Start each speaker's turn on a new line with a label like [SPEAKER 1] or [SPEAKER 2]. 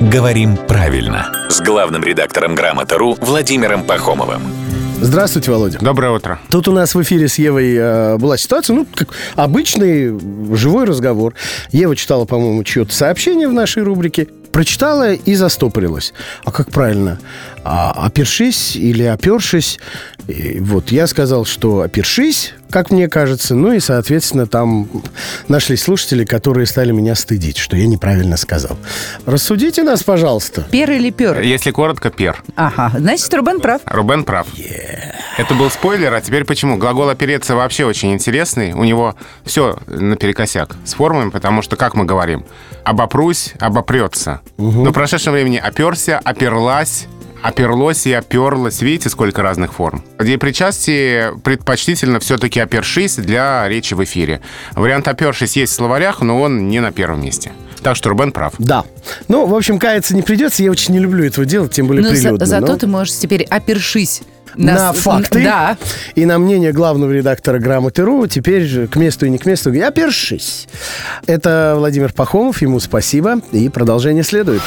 [SPEAKER 1] «Говорим правильно» с главным редактором «Грамота.ру» Владимиром Пахомовым.
[SPEAKER 2] Здравствуйте, Володя.
[SPEAKER 3] Доброе утро.
[SPEAKER 2] Тут у нас в эфире с Евой э, была ситуация, ну, как обычный живой разговор. Ева читала, по-моему, чье-то сообщение в нашей рубрике, прочитала и застопорилась. А как правильно? А, опершись или опершись? И вот я сказал, что опершись, как мне кажется, ну и, соответственно, там нашлись слушатели, которые стали меня стыдить, что я неправильно сказал. Рассудите нас, пожалуйста.
[SPEAKER 4] Пер или пер?
[SPEAKER 3] Если коротко, пер.
[SPEAKER 4] Ага, значит, Рубен прав.
[SPEAKER 3] Рубен прав. Это был спойлер, а теперь почему? Глагол «опереться» вообще очень интересный. У него все наперекосяк с формами, потому что, как мы говорим, «обопрусь», «обопрется». Но в прошедшем времени «оперся», «оперлась», оперлось и оперлось. Видите, сколько разных форм? В деепричастии предпочтительно все-таки опершись для речи в эфире. Вариант опершись есть в словарях, но он не на первом месте. Так что Рубен прав.
[SPEAKER 2] Да. Ну, в общем, каяться не придется. Я очень не люблю этого делать, тем более
[SPEAKER 4] Но Ну, за-
[SPEAKER 2] прилюдно.
[SPEAKER 4] зато
[SPEAKER 2] но-
[SPEAKER 4] ты можешь теперь опершись
[SPEAKER 2] ну. на
[SPEAKER 4] с-
[SPEAKER 2] факты
[SPEAKER 4] Да.
[SPEAKER 2] и на мнение главного редактора «Грамоты.ру». Теперь же к месту и не к месту. Я першись. Это Владимир Пахомов. Ему спасибо. И продолжение следует.